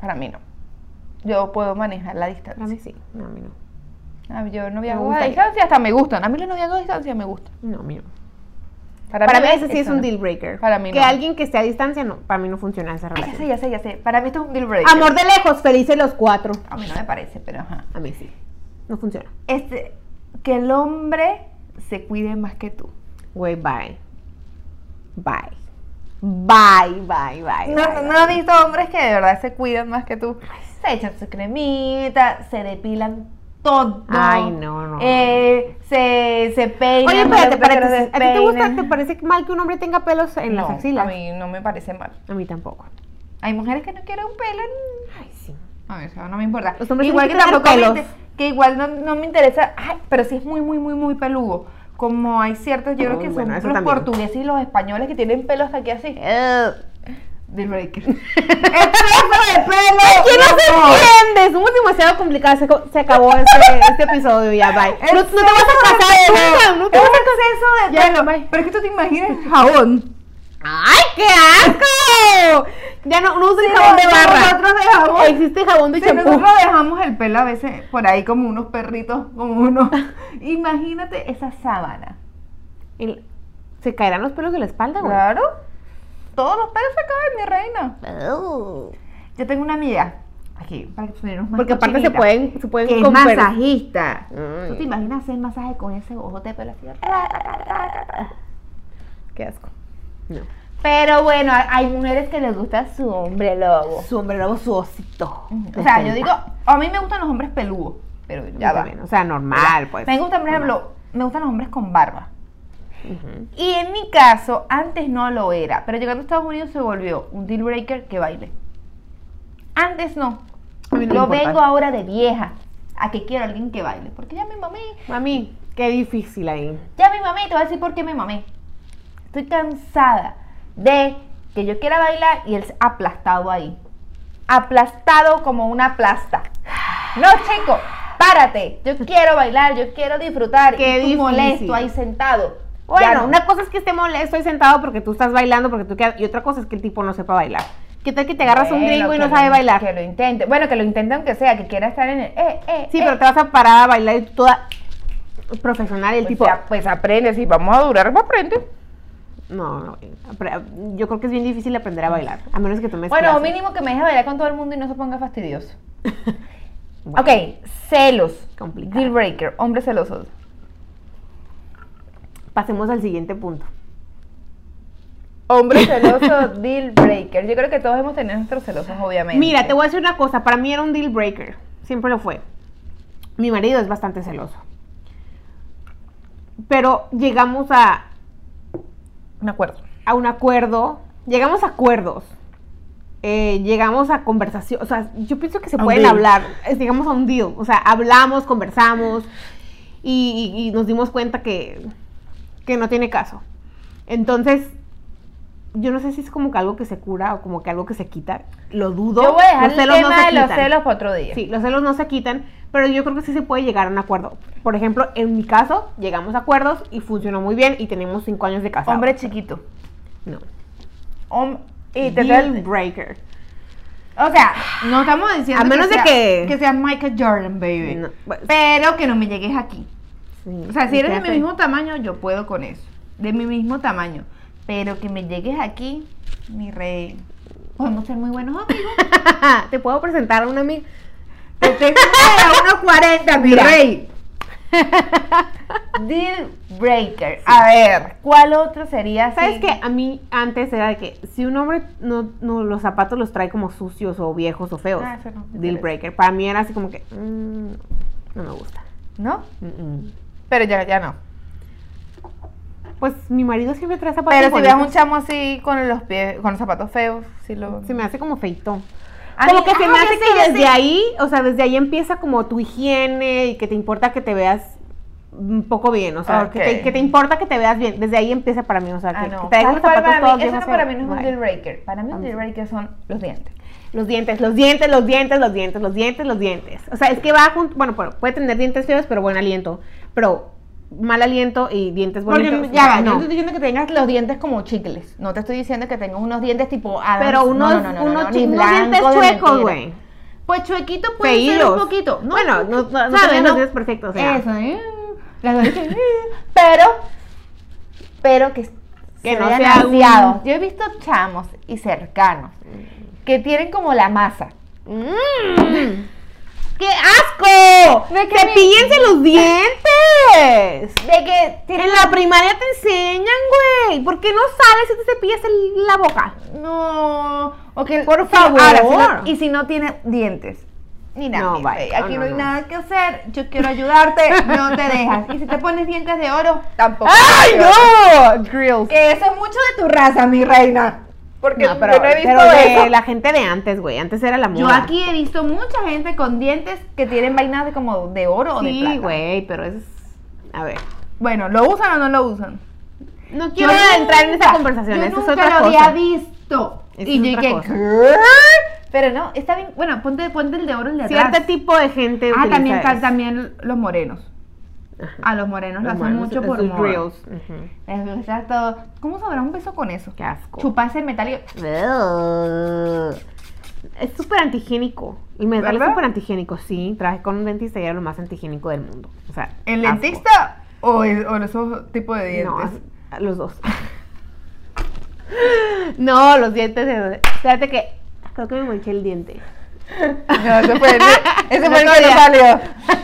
Speaker 1: Para mí no. Yo puedo manejar la distancia.
Speaker 2: Para mí sí, no, a mí no.
Speaker 1: Ah, yo noviazgos
Speaker 2: gusta
Speaker 1: a
Speaker 2: ir.
Speaker 1: distancia hasta me gustan. A mí los noviazgos a distancia me gustan.
Speaker 2: No, a mí no. Para, mí, ese sí es un deal breaker.
Speaker 1: Para mí
Speaker 2: que
Speaker 1: no.
Speaker 2: alguien que esté a distancia, no, para mí no funciona esa
Speaker 1: breaker. Ah, Ya sé,
Speaker 2: relación.
Speaker 1: ya sé, ya sé. Para mí esto es un deal breaker.
Speaker 2: Amor de lejos, felices los cuatro.
Speaker 1: A mí no me parece, pero ajá.
Speaker 2: A mí sí. No funciona.
Speaker 1: Este, que el hombre se cuide más que tú.
Speaker 2: Güey, bye. Bye. Bye, bye, bye.
Speaker 1: No,
Speaker 2: bye,
Speaker 1: no, no he visto hombres que de verdad se cuidan más que tú. Se echan su cremita, se depilan todo.
Speaker 2: Ay, no, no,
Speaker 1: Eh, se, se peinan.
Speaker 2: Oye,
Speaker 1: no le
Speaker 2: espérate,
Speaker 1: gusta que
Speaker 2: espérate.
Speaker 1: los
Speaker 2: ¿A ti te gusta,
Speaker 1: despeinen.
Speaker 2: te parece mal que un hombre tenga pelos en las
Speaker 1: No,
Speaker 2: axilas?
Speaker 1: A mí no me parece mal.
Speaker 2: A mí tampoco.
Speaker 1: Hay mujeres que no quieren pelo.
Speaker 2: Ay, sí.
Speaker 1: A ver, eso no me importa.
Speaker 2: Los hombres
Speaker 1: igual que
Speaker 2: tienen que tener
Speaker 1: tampoco me
Speaker 2: pelos.
Speaker 1: inter- que igual no, no me interesa, ay, pero sí es muy, muy, muy, muy peludo. Como hay ciertos, yo creo
Speaker 2: Oh,
Speaker 1: que
Speaker 2: bueno, eso
Speaker 1: son los
Speaker 2: también.
Speaker 1: portugueses y los españoles que tienen pelos aquí así. Deal breaker.
Speaker 2: de pelo! ¡Aquí no se entiende! Somos demasiado complicadas. Se, co- se acabó este, este episodio ya, bye. No, no te vas a casar nunca, no te vas a casar.
Speaker 1: exceso de
Speaker 2: Ya,
Speaker 1: pelo.
Speaker 2: bye.
Speaker 1: Pero es que tú te imaginas el jabón.
Speaker 2: ¡Ay, qué asco! Ya no, no usen
Speaker 1: Sí,
Speaker 2: jabón de
Speaker 1: no,
Speaker 2: barra.
Speaker 1: nosotros de jabón.
Speaker 2: Existe jabón de
Speaker 1: Si
Speaker 2: champú.
Speaker 1: nosotros dejamos el pelo a veces por ahí como unos perritos, como unos. Imagínate esa sábana.
Speaker 2: El- ¿Se caerán los pelos de la espalda, güey?
Speaker 1: Claro. Todos los pelos se caen, mi reina. Yo tengo una amiga aquí para que ponemos más
Speaker 2: Porque aparte se
Speaker 1: cochinita,
Speaker 2: pueden, se pueden
Speaker 1: que es
Speaker 2: conver-
Speaker 1: masajista.
Speaker 2: Ay.
Speaker 1: ¿Tú te imaginas hacer masaje con ese ojote de pelo así?
Speaker 2: Qué asco. No.
Speaker 1: Pero bueno, hay mujeres que les gusta su hombre lobo.
Speaker 2: Su hombre lobo, su osito.
Speaker 1: O sea, yo digo, a mí me gustan los hombres peludos, pero ya va.
Speaker 2: O sea, normal, pues.
Speaker 1: Me gustan, por
Speaker 2: normal.
Speaker 1: ejemplo, me gustan los hombres con barba.
Speaker 2: Ujú.
Speaker 1: Y en mi caso, antes no lo era, pero llegando a Estados Unidos se volvió un deal breaker que baile. Antes no.
Speaker 2: A mí no me
Speaker 1: lo
Speaker 2: importa.
Speaker 1: vengo ahora de vieja a que quiero a alguien que baile. Porque ya me mamé,
Speaker 2: Mami, qué difícil ahí.
Speaker 1: ya me mamé, te voy a decir por qué me mamé. Estoy cansada de que yo quiera bailar y él aplastado ahí. Aplastado como una plasta. No, chico, párate. Yo quiero bailar, yo quiero disfrutar. y
Speaker 2: Qué
Speaker 1: tú
Speaker 2: difícil.
Speaker 1: molesto ahí sentado. Ya
Speaker 2: Bueno,
Speaker 1: no.
Speaker 2: una cosa es que esté molesto y sentado porque tú estás bailando, porque tú quedas. Y otra cosa es que el tipo no sepa bailar. ¿Qué tal que te agarras un
Speaker 1: Bueno,
Speaker 2: gringo y
Speaker 1: que
Speaker 2: no
Speaker 1: lo-
Speaker 2: sabe bailar?
Speaker 1: Que lo intente. Bueno, que lo intente aunque sea, que quiera estar en el. Eh, eh,
Speaker 2: Sí,
Speaker 1: eh.
Speaker 2: pero te vas a parar a bailar y tú toda profesional y el
Speaker 1: Pues
Speaker 2: tipo.
Speaker 1: ya, pues aprende, si vamos a durar, pues aprende.
Speaker 2: No, no. apre- Yo creo que es bien difícil aprender a bailar. A menos que tomes.
Speaker 1: Bueno,
Speaker 2: clases.
Speaker 1: mínimo que me deje bailar con todo el mundo y no se ponga fastidioso.
Speaker 2: Bueno,
Speaker 1: Ok, celos.
Speaker 2: Complicado.
Speaker 1: Deal breaker, hombres celosos.
Speaker 2: Pasemos al siguiente punto.
Speaker 1: Hombre celoso, deal breaker. Yo creo que todos hemos tenido nuestros celosos, obviamente.
Speaker 2: Mira, te voy a decir una cosa. Para mí era un deal breaker. Siempre lo fue. Mi marido es bastante celoso. Pero llegamos a,
Speaker 1: Me acuerdo.
Speaker 2: a un acuerdo. Llegamos a acuerdos. eh, llegamos a conversación. O sea, yo pienso que se
Speaker 1: A un
Speaker 2: pueden
Speaker 1: deal.
Speaker 2: hablar. es, llegamos a un deal. O sea, hablamos, conversamos. Y, y- y nos dimos cuenta que, que no tiene caso. Entonces, yo no sé si es como que algo que se cura o como que algo que se quita. Lo dudo.
Speaker 1: Yo voy a dejar
Speaker 2: Los
Speaker 1: el
Speaker 2: celos no
Speaker 1: tema
Speaker 2: se
Speaker 1: de los
Speaker 2: quitan.
Speaker 1: celos para otro día.
Speaker 2: Sí, los celos no se quitan, pero yo creo que sí se puede llegar a un acuerdo. Por ejemplo, en mi caso, llegamos a acuerdos y funcionó muy bien y tenemos cinco años de casados.
Speaker 1: Hombre chiquito.
Speaker 2: no.
Speaker 1: Hom- y te
Speaker 2: Deal breaker.
Speaker 1: O sea, no estamos diciendo
Speaker 2: A menos de
Speaker 1: sea-
Speaker 2: que-
Speaker 1: que seas Michael Jordan, baby.
Speaker 2: No, pues-
Speaker 1: pero que no me llegues aquí.
Speaker 2: Sí,
Speaker 1: O sea, si eres de mi
Speaker 2: fíjate.
Speaker 1: mismo tamaño, yo puedo con eso. De mi mismo tamaño. Pero que me llegues aquí, mi rey. Podemos ser muy buenos amigos.
Speaker 2: Te puedo presentar a una amiga.
Speaker 1: Te tengo a 1.40, mi
Speaker 2: Mira.
Speaker 1: rey. Deal breaker. A ver, ¿cuál otro sería? así?
Speaker 2: ¿Sabes qué? A mí antes era de que si un hombre no, no los zapatos los trae como sucios o viejos o feos,
Speaker 1: Ah, eso no me
Speaker 2: deal
Speaker 1: interesa.
Speaker 2: breaker. Para mí era así como que mm, no me gusta.
Speaker 1: ¿No?
Speaker 2: Mm, mm.
Speaker 1: Pero ya, ya no.
Speaker 2: Pues mi marido siempre trae zapatos.
Speaker 1: Pero si ves
Speaker 2: bonitos.
Speaker 1: a un chamo así con los pies, con los zapatos feos, si lo.
Speaker 2: se me hace como feito.
Speaker 1: A
Speaker 2: como
Speaker 1: mí-
Speaker 2: que se
Speaker 1: ah,
Speaker 2: me
Speaker 1: ya
Speaker 2: hace
Speaker 1: sé,
Speaker 2: que
Speaker 1: ya
Speaker 2: desde
Speaker 1: sé.
Speaker 2: ahí, o sea, desde ahí empieza como tu higiene y que te importa que te veas un poco bien, o sea, que, te,
Speaker 1: Ok.
Speaker 2: que te importa que te veas bien. Desde ahí empieza para mí, o sea, que,
Speaker 1: Ah,
Speaker 2: que
Speaker 1: no.
Speaker 2: te
Speaker 1: ¿Sabes
Speaker 2: traigan los
Speaker 1: cuál
Speaker 2: zapatos
Speaker 1: para
Speaker 2: todos
Speaker 1: mí? Eso
Speaker 2: viejos,
Speaker 1: no para
Speaker 2: eh,
Speaker 1: mí no es un
Speaker 2: bye.
Speaker 1: deal breaker. Para mí un deal breaker son los dientes.
Speaker 2: Los dientes, los dientes, los dientes, los dientes, los dientes, los dientes. O sea, es que va junto, bueno, pero puede tener dientes feos, pero buen aliento, pero mal aliento y dientes
Speaker 1: Porque
Speaker 2: bonitos.
Speaker 1: ya, va,
Speaker 2: no.
Speaker 1: yo no estoy diciendo que tengas los dientes como chicles. No te estoy diciendo que tengas unos dientes tipo Adams.
Speaker 2: pero
Speaker 1: No,
Speaker 2: unos,
Speaker 1: no, no, no,
Speaker 2: unos
Speaker 1: no,
Speaker 2: chi-
Speaker 1: ni
Speaker 2: unos dientes
Speaker 1: blancos de
Speaker 2: chuecos,
Speaker 1: mentira.
Speaker 2: güey.
Speaker 1: Pues chuequito puede ser un
Speaker 2: Feíos.
Speaker 1: poquito. No,
Speaker 2: Bueno, no- no- no
Speaker 1: ¿sabes,
Speaker 2: tenemos los dientes perfectos, o sea.
Speaker 1: Eso, eh, las dos- eh, Pero, pero que
Speaker 2: Que
Speaker 1: se
Speaker 2: no
Speaker 1: vean
Speaker 2: sea un-
Speaker 1: aseados. Yo he visto chamos y cercanos que tienen como la masa.
Speaker 2: Mm. ¡Qué asco!
Speaker 1: ¿De qué
Speaker 2: ¡Cepíllense los dientes!
Speaker 1: De que tienen
Speaker 2: En la primaria te enseñan, güey. ¿Por qué no sales y te cepillas el- la boca?
Speaker 1: No, ok,
Speaker 2: Por
Speaker 1: sí,
Speaker 2: favor.
Speaker 1: ahora, si no- y si no tiene dientes. Mira,
Speaker 2: No,
Speaker 1: mi
Speaker 2: vaya,
Speaker 1: rey,
Speaker 2: no,
Speaker 1: aquí no,
Speaker 2: no,
Speaker 1: hay
Speaker 2: no.
Speaker 1: nada que hacer. Yo quiero ayudarte, no te dejas. Y si te pones dientes de oro, tampoco.
Speaker 2: ¡Ay, no! Grills.
Speaker 1: Que eso es mucho de tu raza, mi reina. Porque
Speaker 2: No, pero,
Speaker 1: yo no he visto
Speaker 2: pero de
Speaker 1: eso.
Speaker 2: la gente de antes, güey. Antes era la moda.
Speaker 1: Yo aquí he visto mucha gente con dientes que tienen vainas de como de oro o de plata.
Speaker 2: Sí, güey, pero es. A ver.
Speaker 1: Bueno, ¿lo usan o no lo usan?
Speaker 2: No quiero
Speaker 1: Yo
Speaker 2: entrar en
Speaker 1: nunca-
Speaker 2: esa conversación.
Speaker 1: Yo
Speaker 2: Eso es
Speaker 1: nunca
Speaker 2: otra
Speaker 1: lo
Speaker 2: cosa.
Speaker 1: había visto.
Speaker 2: Eso
Speaker 1: y
Speaker 2: es
Speaker 1: yo
Speaker 2: otra
Speaker 1: dije,
Speaker 2: cosa.
Speaker 1: "¿Qué?". Pero no, está bien. Bueno, ponte, ponte el de oro, el de atrás.
Speaker 2: Cierto tipo de gente.
Speaker 1: Ah,
Speaker 2: utiliza
Speaker 1: también,
Speaker 2: eso.
Speaker 1: ca- también los morenos. A los morenos lo
Speaker 2: Los
Speaker 1: hacen
Speaker 2: morenos,
Speaker 1: mucho
Speaker 2: esos
Speaker 1: por moda.
Speaker 2: grills. Ujú.
Speaker 1: Les gusta todo. ¿Cómo sabrá un beso con eso?
Speaker 2: Qué asco.
Speaker 1: Chuparse el metal y...
Speaker 2: Ugh. Es súper antihigiénico. El metal
Speaker 1: ¿Verdad?
Speaker 2: es súper antihigiénico, sí. Trabajé con un dentista y era lo más antihigiénico del mundo. O sea,
Speaker 1: ¿El
Speaker 2: asco.
Speaker 1: dentista o, el- o esos tipos de
Speaker 2: No,
Speaker 1: dientes?
Speaker 2: as- los dos. no, los dientes. de- Fíjate que creo que me manché el diente.
Speaker 1: No, ese fue el, ese
Speaker 2: No
Speaker 1: fue el que no
Speaker 2: quería.
Speaker 1: salió.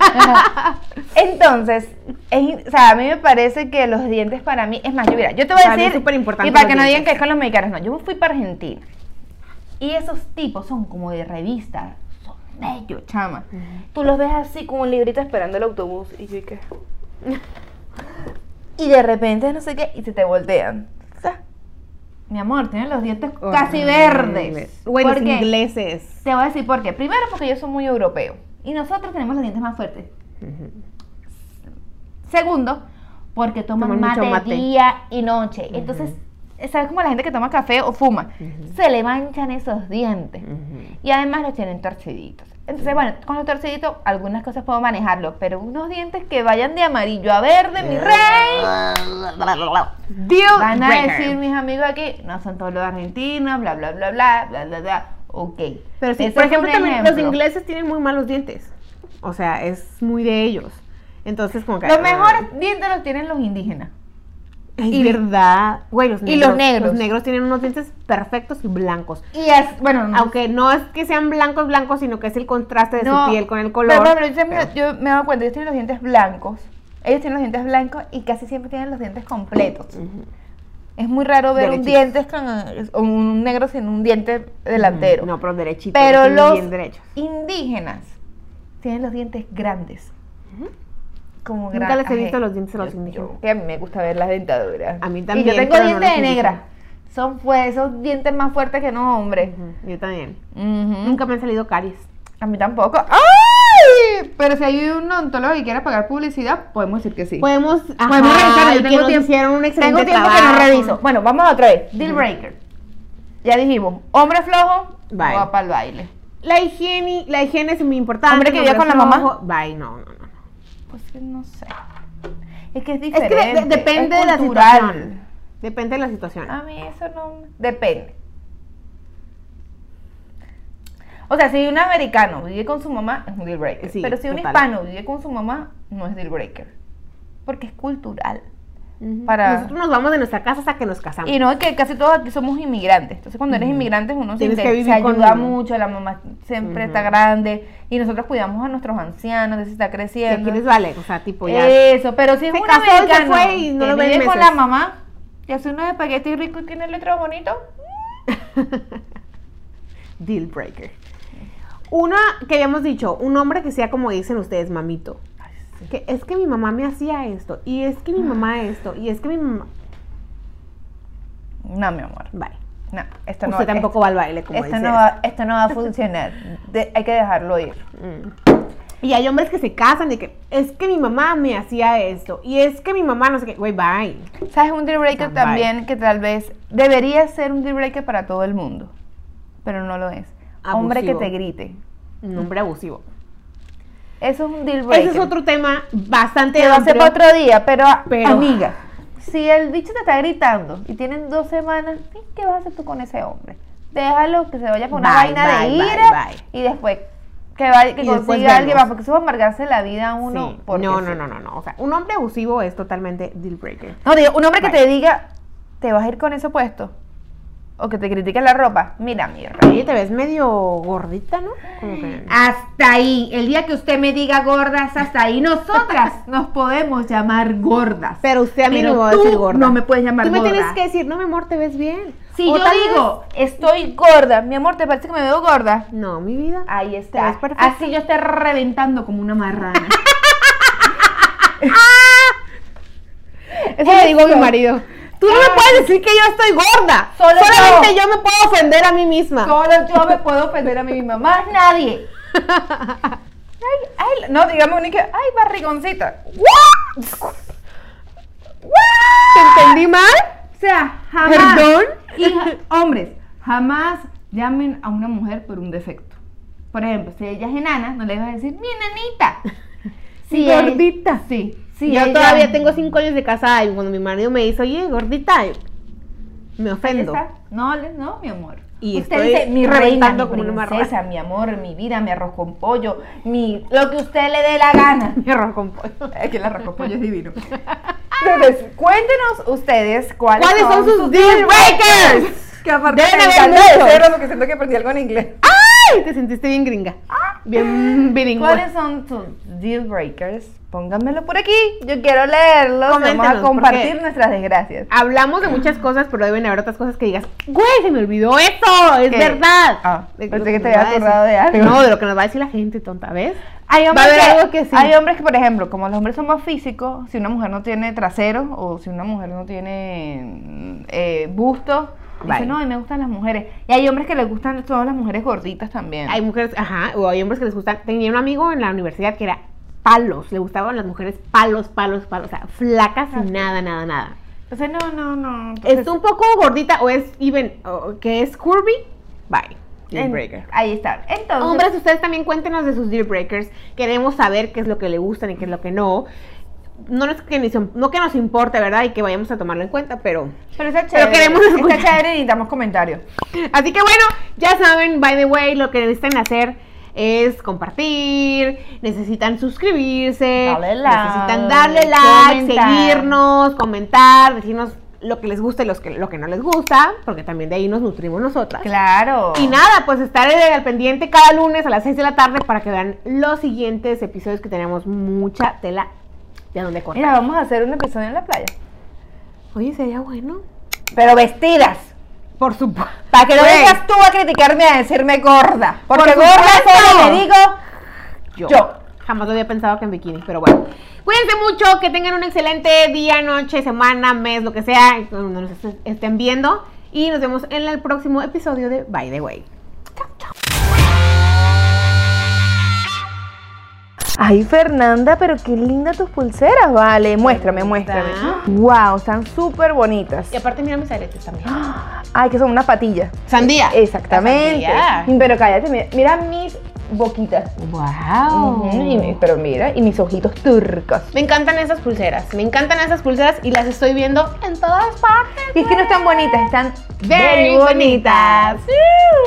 Speaker 1: Ajá. Entonces, es in- o sea, a mí me parece que los dientes para mí, es más, yo mira, yo te voy a
Speaker 2: Para mí es
Speaker 1: decir,
Speaker 2: superimportante
Speaker 1: y para
Speaker 2: los
Speaker 1: que no digan
Speaker 2: dientes.
Speaker 1: que es con los mexicanos, no, yo me fui para Argentina y esos tipos son como de revista, son bellos, chama. Tú los ves así con un librito esperando el autobús y yo y qué. Y de repente no sé qué, y se te voltean. Sa. Mi amor, tienen los dientes casi verdes.
Speaker 2: Güey,
Speaker 1: ¿Por
Speaker 2: los
Speaker 1: qué?
Speaker 2: ingleses.
Speaker 1: Te voy a decir por qué. Primero, porque yo soy muy europeo. Y nosotros tenemos los dientes más fuertes.
Speaker 2: Ujú.
Speaker 1: Segundo, porque toman,
Speaker 2: Toman
Speaker 1: mate,
Speaker 2: mucho mate.
Speaker 1: día y noche. Entonces, ¿sabes como la gente que toma café o fuma? Se le manchan esos dientes.
Speaker 2: Ujú.
Speaker 1: Y además los tienen torciditos. Entonces, bueno, con los torciditos algunas cosas puedo manejarlo, pero unos dientes que vayan de amarillo a verde, mi rey.
Speaker 2: Deal
Speaker 1: Van a
Speaker 2: breaker.
Speaker 1: decir mis amigos aquí, no son todos los argentinos, bla, bla, bla, bla, bla, bla, bla. Ok.
Speaker 2: Pero sí,
Speaker 1: Ese
Speaker 2: por
Speaker 1: es un
Speaker 2: ejemplo, también los
Speaker 1: ejemplo.
Speaker 2: ingleses tienen muy malos dientes. O sea, es muy de ellos. Entonces, como que. ah,
Speaker 1: Los mejores dientes los tienen los indígenas.
Speaker 2: y verdad. Güey, los
Speaker 1: y
Speaker 2: negros.
Speaker 1: los negros.
Speaker 2: Los negros tienen unos dientes perfectos y blancos.
Speaker 1: Y es, bueno, no.
Speaker 2: Aunque no es que sean blancos, blancos, sino que es el contraste de
Speaker 1: no,
Speaker 2: su piel con el color.
Speaker 1: pero, pero yo, siempre-
Speaker 2: Pero-
Speaker 1: yo me he dado cuenta, ellos tienen los dientes blancos. Ellos tienen los dientes blancos y casi siempre tienen los dientes completos.
Speaker 2: Ujú.
Speaker 1: Es muy raro ver un
Speaker 2: Derechitos.
Speaker 1: diente con o un negro sin un diente delantero.
Speaker 2: Mm, No, pero derechitos.
Speaker 1: pero
Speaker 2: tienen
Speaker 1: los
Speaker 2: Bien derechos.
Speaker 1: indígenas tienen los dientes grandes. Como
Speaker 2: Nunca
Speaker 1: gran-
Speaker 2: les he
Speaker 1: ajé.
Speaker 2: visto los dientes a los
Speaker 1: Yo-
Speaker 2: indígenas.
Speaker 1: yo- que a mí me gusta ver las dentaduras.
Speaker 2: A mí
Speaker 1: Y yo
Speaker 2: también,
Speaker 1: tengo
Speaker 2: pero no
Speaker 1: dientes
Speaker 2: los
Speaker 1: de
Speaker 2: indígenas.
Speaker 1: negra. Son pues esos dientes más fuertes que no, hombre.
Speaker 2: Ujú, Yo también.
Speaker 1: Ujú.
Speaker 2: Nunca me han salido caries.
Speaker 1: A mí tampoco. ¡Ay! Pero si hay un odontólogo que quiera pagar publicidad, podemos decir que sí.
Speaker 2: Podemos. Ajá,
Speaker 1: Podemos revisar, yo
Speaker 2: y que
Speaker 1: tengo
Speaker 2: nos
Speaker 1: tiempo-
Speaker 2: hicieron un excelente
Speaker 1: Tengo tiempo
Speaker 2: trabajo.
Speaker 1: que no reviso. Bueno, vamos a otra vez. Deal breaker. Ya dijimos, hombre flojo,
Speaker 2: Bye.
Speaker 1: va para el baile.
Speaker 2: La higiene, la higiene es muy importante.
Speaker 1: Hombre que
Speaker 2: vive
Speaker 1: viva con la mamá.
Speaker 2: Bye, no, no, no.
Speaker 1: Pues que no sé. Es que es
Speaker 2: Es Ah,
Speaker 1: diferente.
Speaker 2: que de- de- depende
Speaker 1: es
Speaker 2: de la
Speaker 1: cultural.
Speaker 2: situación. Depende de la situación.
Speaker 1: A mí eso no. Depende. O sea, si un americano vive con su mamá, es un deal breaker.
Speaker 2: Sí,
Speaker 1: Pero si un
Speaker 2: total.
Speaker 1: hispano vive con su mamá, no es deal breaker. Porque es cultural.
Speaker 2: Ujú.
Speaker 1: para-
Speaker 2: Nosotros nos vamos de nuestra casa hasta que nos casamos.
Speaker 1: Y no, que casi todos aquí somos inmigrantes. Entonces, cuando eres inmigrante, uno se,
Speaker 2: Tienes
Speaker 1: inte-
Speaker 2: que vivir
Speaker 1: se ayuda
Speaker 2: con-
Speaker 1: mucho, la mamá siempre está
Speaker 2: Ujú.
Speaker 1: grande. Y nosotros cuidamos a nuestros ancianos, de si está
Speaker 2: Y
Speaker 1: creciendo.
Speaker 2: aquí les vale, o sea, tipo ya.
Speaker 1: Eso, pero si es
Speaker 2: Se
Speaker 1: un
Speaker 2: casó y se
Speaker 1: americano
Speaker 2: fue y no
Speaker 1: que
Speaker 2: lo ven
Speaker 1: vive con
Speaker 2: meses.
Speaker 1: la mamá, que hace unos espaguetis ricos y tiene letras bonitos,
Speaker 2: Deal breaker. Una que habíamos dicho, un hombre que sea como dicen ustedes, mamito. Que es que mi mamá me hacía esto, y es que mi mamá esto, y es que mi mamá.
Speaker 1: no, mi amor.
Speaker 2: Vale.
Speaker 1: No, esto no
Speaker 2: Usted tampoco va al baile, como
Speaker 1: esto
Speaker 2: dice
Speaker 1: no, va, esto no va a funcionar. De- hay que dejarlo ir.
Speaker 2: Mm. Y hay hombres que se casan de que es que mi mamá me hacía esto y es que mi mamá no sé qué, güey, bye.
Speaker 1: ¿Sabes? Un deal breaker
Speaker 2: Stand by.
Speaker 1: también que tal vez debería ser un deal breaker para todo el mundo, pero no lo es. Hombre que
Speaker 2: Abusivo.
Speaker 1: te grite.
Speaker 2: Un hombre abusivo.
Speaker 1: Eso es un deal breaker.
Speaker 2: Ese es otro tema bastante
Speaker 1: que va a ser para
Speaker 2: amplio.
Speaker 1: otro día, pero,
Speaker 2: Pero-
Speaker 1: amiga, si el bicho te está gritando y tienen dos semanas, ¿y ¿qué vas a hacer tú con ese hombre? Déjalo que se vaya por una
Speaker 2: Bye,
Speaker 1: vaina de
Speaker 2: bye, bye,
Speaker 1: ira
Speaker 2: bye.
Speaker 1: y después que, vaya, que
Speaker 2: Y después
Speaker 1: consiga a alguien
Speaker 2: vemos.
Speaker 1: más, porque eso va a amargarse la vida a uno.
Speaker 2: Sí.
Speaker 1: porque
Speaker 2: No,
Speaker 1: sí.
Speaker 2: no, no, no, no. O sea, un hombre abusivo es totalmente deal breaker.
Speaker 1: No, digo, un hombre que
Speaker 2: Bye.
Speaker 1: te diga, ¿te vas a ir con eso puesto? O que te critiquen la ropa. Mira, mi rey.
Speaker 2: Oye, te ves medio gordita, ¿no? Como que...
Speaker 1: Hasta ahí. El día que usted me diga gordas, hasta ahí. Nosotras nos podemos llamar gordas.
Speaker 2: Pero usted a mí
Speaker 1: Pero
Speaker 2: no me va a
Speaker 1: tú
Speaker 2: decir gorda.
Speaker 1: no me puedes llamar
Speaker 2: Tú me
Speaker 1: gorda.
Speaker 2: tienes que decir, no, mi amor, te ves bien.
Speaker 1: Si
Speaker 2: O
Speaker 1: yo
Speaker 2: tal vez-
Speaker 1: digo, estoy gorda, mi amor, ¿te parece que me veo gorda?
Speaker 2: No, mi vida.
Speaker 1: Ahí
Speaker 2: Te
Speaker 1: está.
Speaker 2: ves perfecta.
Speaker 1: Así yo esté reventando como una marrana.
Speaker 2: Eso le digo a mi marido. Tú no me
Speaker 1: Ay.
Speaker 2: puedes decir que yo estoy gorda.
Speaker 1: Solo
Speaker 2: Solamente yo. me puedo ofender a mí misma.
Speaker 1: Solo yo me puedo ofender a mí misma, más nadie. Ay, ay, no, digamos ni que, ay, barrigoncita.
Speaker 2: ¿Te entendí mal?
Speaker 1: O sea, jamás.
Speaker 2: ¿Perdón?
Speaker 1: Hija- hombres, jamás llamen a una mujer por un defecto. Por ejemplo, si ella es enana, no le vas a decir, mi enanita. Si es-
Speaker 2: Gordita.
Speaker 1: sí, sí.
Speaker 2: yo
Speaker 1: ella-
Speaker 2: todavía tengo cinco años de casada y cuando mi marido me dice, oye, gordita, yo- me
Speaker 1: Ahí
Speaker 2: ofendo.
Speaker 1: está. No, le- no, mi amor.
Speaker 2: Y
Speaker 1: usted
Speaker 2: estoy
Speaker 1: dice, mi reina,
Speaker 2: reventando
Speaker 1: mi
Speaker 2: como una marrana".
Speaker 1: princesa, mi amor, mi vida, mi arroz con pollo, mi, lo que usted le dé la gana.
Speaker 2: Mi arroz con pollo.
Speaker 1: Es que el arroz con pollo es divino. Entonces, cuéntenos ustedes cuáles,
Speaker 2: ¿Cuáles son sus deal breakers?
Speaker 1: Que aparte
Speaker 2: Deben
Speaker 1: me
Speaker 2: haber
Speaker 1: encanta
Speaker 2: muchos.
Speaker 1: decirlo porque siento que aprendí algo en inglés.
Speaker 2: ¡Ay! Te sentiste bien gringa. Bien bilingüe.
Speaker 1: Ah. ¿Cuáles son sus deal breakers? Pónganmelo por aquí. Yo quiero leerlos. Vamos
Speaker 2: Coméntenos,
Speaker 1: a
Speaker 2: ¿por
Speaker 1: compartir
Speaker 2: qué?
Speaker 1: nuestras desgracias.
Speaker 2: Hablamos de muchas cosas, pero deben haber otras cosas que digas, güey, se me olvidó eso, es
Speaker 1: ¿Qué?
Speaker 2: verdad.
Speaker 1: Ah,
Speaker 2: De-
Speaker 1: pensé
Speaker 2: lo
Speaker 1: que te
Speaker 2: nos
Speaker 1: había
Speaker 2: va a
Speaker 1: acordado de
Speaker 2: decir.
Speaker 1: algo.
Speaker 2: No, de lo que nos va a decir la gente, tonta, ¿ves?
Speaker 1: Hay
Speaker 2: Va a
Speaker 1: hombres,
Speaker 2: haber
Speaker 1: que,
Speaker 2: algo que sí.
Speaker 1: hay hombres que, por ejemplo, como los hombres son más físicos, si una mujer no tiene trasero o si una mujer no tiene eh, busto,
Speaker 2: Vale.
Speaker 1: dicen, no, a mí me gustan las mujeres. Y hay hombres que les gustan todas las mujeres gorditas también.
Speaker 2: Hay mujeres, ajá, o hay hombres que les gustan. Tenía un amigo en la universidad que era palos, le gustaban las mujeres palos, palos, palos, o sea, flacas y nada, nada, nada.
Speaker 1: Entonces, no, no, no. Ah, entonces-
Speaker 2: Es un poco gordita o es even, o que es curvy, bye. Deal
Speaker 1: en-
Speaker 2: breaker.
Speaker 1: Ahí está. Entonces,
Speaker 2: Hombres, ustedes también cuéntenos de sus deal breakers. Queremos saber qué es lo que le gustan y qué es lo que no. No, es que, ni se- no que nos importe, ¿verdad? Y que vayamos a tomarlo en cuenta, pero...
Speaker 1: pero está chévere.
Speaker 2: queremos
Speaker 1: está
Speaker 2: escuchar.
Speaker 1: chévere y necesitamos comentarios.
Speaker 2: Así que bueno, ya saben, by the way, lo que necesitan hacer es compartir, necesitan suscribirse,
Speaker 1: Darle like,
Speaker 2: necesitan darle like,
Speaker 1: comentar.
Speaker 2: seguirnos, comentar, decirnos lo que les gusta y los que, lo que no les gusta, porque también de ahí nos nutrimos nosotras.
Speaker 1: Claro.
Speaker 2: Y nada, pues estar eh, al pendiente cada lunes a las 6 de la tarde para que vean los siguientes episodios que tenemos mucha tela de donde cortar.
Speaker 1: Mira, vamos a hacer un episodio en la playa.
Speaker 2: Oye, sería bueno.
Speaker 1: Pero vestidas.
Speaker 2: Por supuesto.
Speaker 1: Para que no
Speaker 2: Güey.
Speaker 1: vengas tú a criticarme a decirme gorda. Porque
Speaker 2: Por
Speaker 1: gorda
Speaker 2: supuesto.
Speaker 1: solo me digo.
Speaker 2: Yo.
Speaker 1: Yo.
Speaker 2: Jamás lo había pensado que en bikini, pero bueno. Cuídense mucho, que tengan un excelente día, noche, semana, mes, lo que sea, donde nos est- estén viendo. Y nos vemos en el próximo episodio de By the Way.
Speaker 1: Ay, Fernanda, pero qué linda tus pulseras, vale. Muéstrame, muéstrame.
Speaker 2: ¿Verdad?
Speaker 1: Wow, están súper bonitas.
Speaker 2: Y aparte, mira mis aretes también.
Speaker 1: Ay, que son unas patillas.
Speaker 2: Sandía.
Speaker 1: Exactamente. Mm,
Speaker 2: La sandía.
Speaker 1: Pero cállate, mira, mira mis boquitas.
Speaker 2: ¡Wow!
Speaker 1: Ujú, y mi- pero mira, y mis ojitos turcos.
Speaker 2: Me encantan esas pulseras. Me encantan esas pulseras y las estoy viendo en todas partes.
Speaker 1: Y es que no están bonitas, están
Speaker 2: Very bonitas.
Speaker 1: bonitas.